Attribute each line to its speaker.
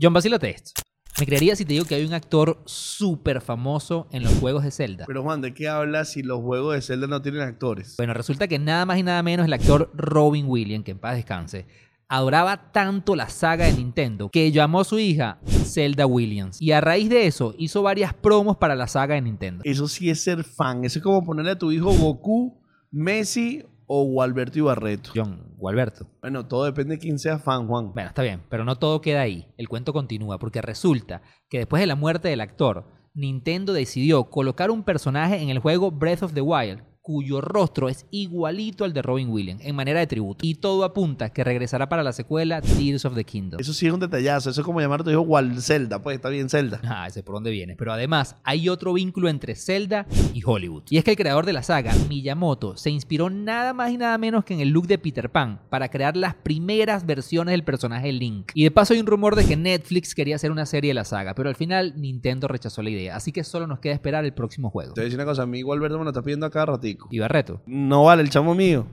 Speaker 1: John vacílate esto. Me creería si te digo que hay un actor súper famoso en los juegos de Zelda.
Speaker 2: Pero Juan, ¿de qué hablas si los juegos de Zelda no tienen actores?
Speaker 1: Bueno, resulta que nada más y nada menos el actor Robin Williams, que en paz descanse, adoraba tanto la saga de Nintendo que llamó a su hija Zelda Williams. Y a raíz de eso hizo varias promos para la saga de Nintendo.
Speaker 2: Eso sí es ser fan. Eso es como ponerle a tu hijo Goku, Messi o Alberto Ibarreto.
Speaker 1: John, Gualberto.
Speaker 2: Bueno, todo depende de quién sea fan, Juan.
Speaker 1: Bueno, está bien, pero no todo queda ahí. El cuento continúa, porque resulta que después de la muerte del actor, Nintendo decidió colocar un personaje en el juego Breath of the Wild cuyo rostro es igualito al de Robin Williams, en manera de tributo. Y todo apunta que regresará para la secuela Tears of the Kingdom.
Speaker 2: Eso sí es un detallazo. Eso es como llamar a tu hijo Wal Zelda. Pues está bien Zelda.
Speaker 1: Ah, ese por dónde viene. Pero además hay otro vínculo entre Zelda y Hollywood. Y es que el creador de la saga, Miyamoto, se inspiró nada más y nada menos que en el look de Peter Pan para crear las primeras versiones del personaje Link. Y de paso hay un rumor de que Netflix quería hacer una serie de la saga, pero al final Nintendo rechazó la idea. Así que solo nos queda esperar el próximo juego.
Speaker 2: Te voy a decir una cosa. A mí Gualberto me lo está pidiendo a cada ratico.
Speaker 1: Y Barreto.
Speaker 2: No vale el chamo mío.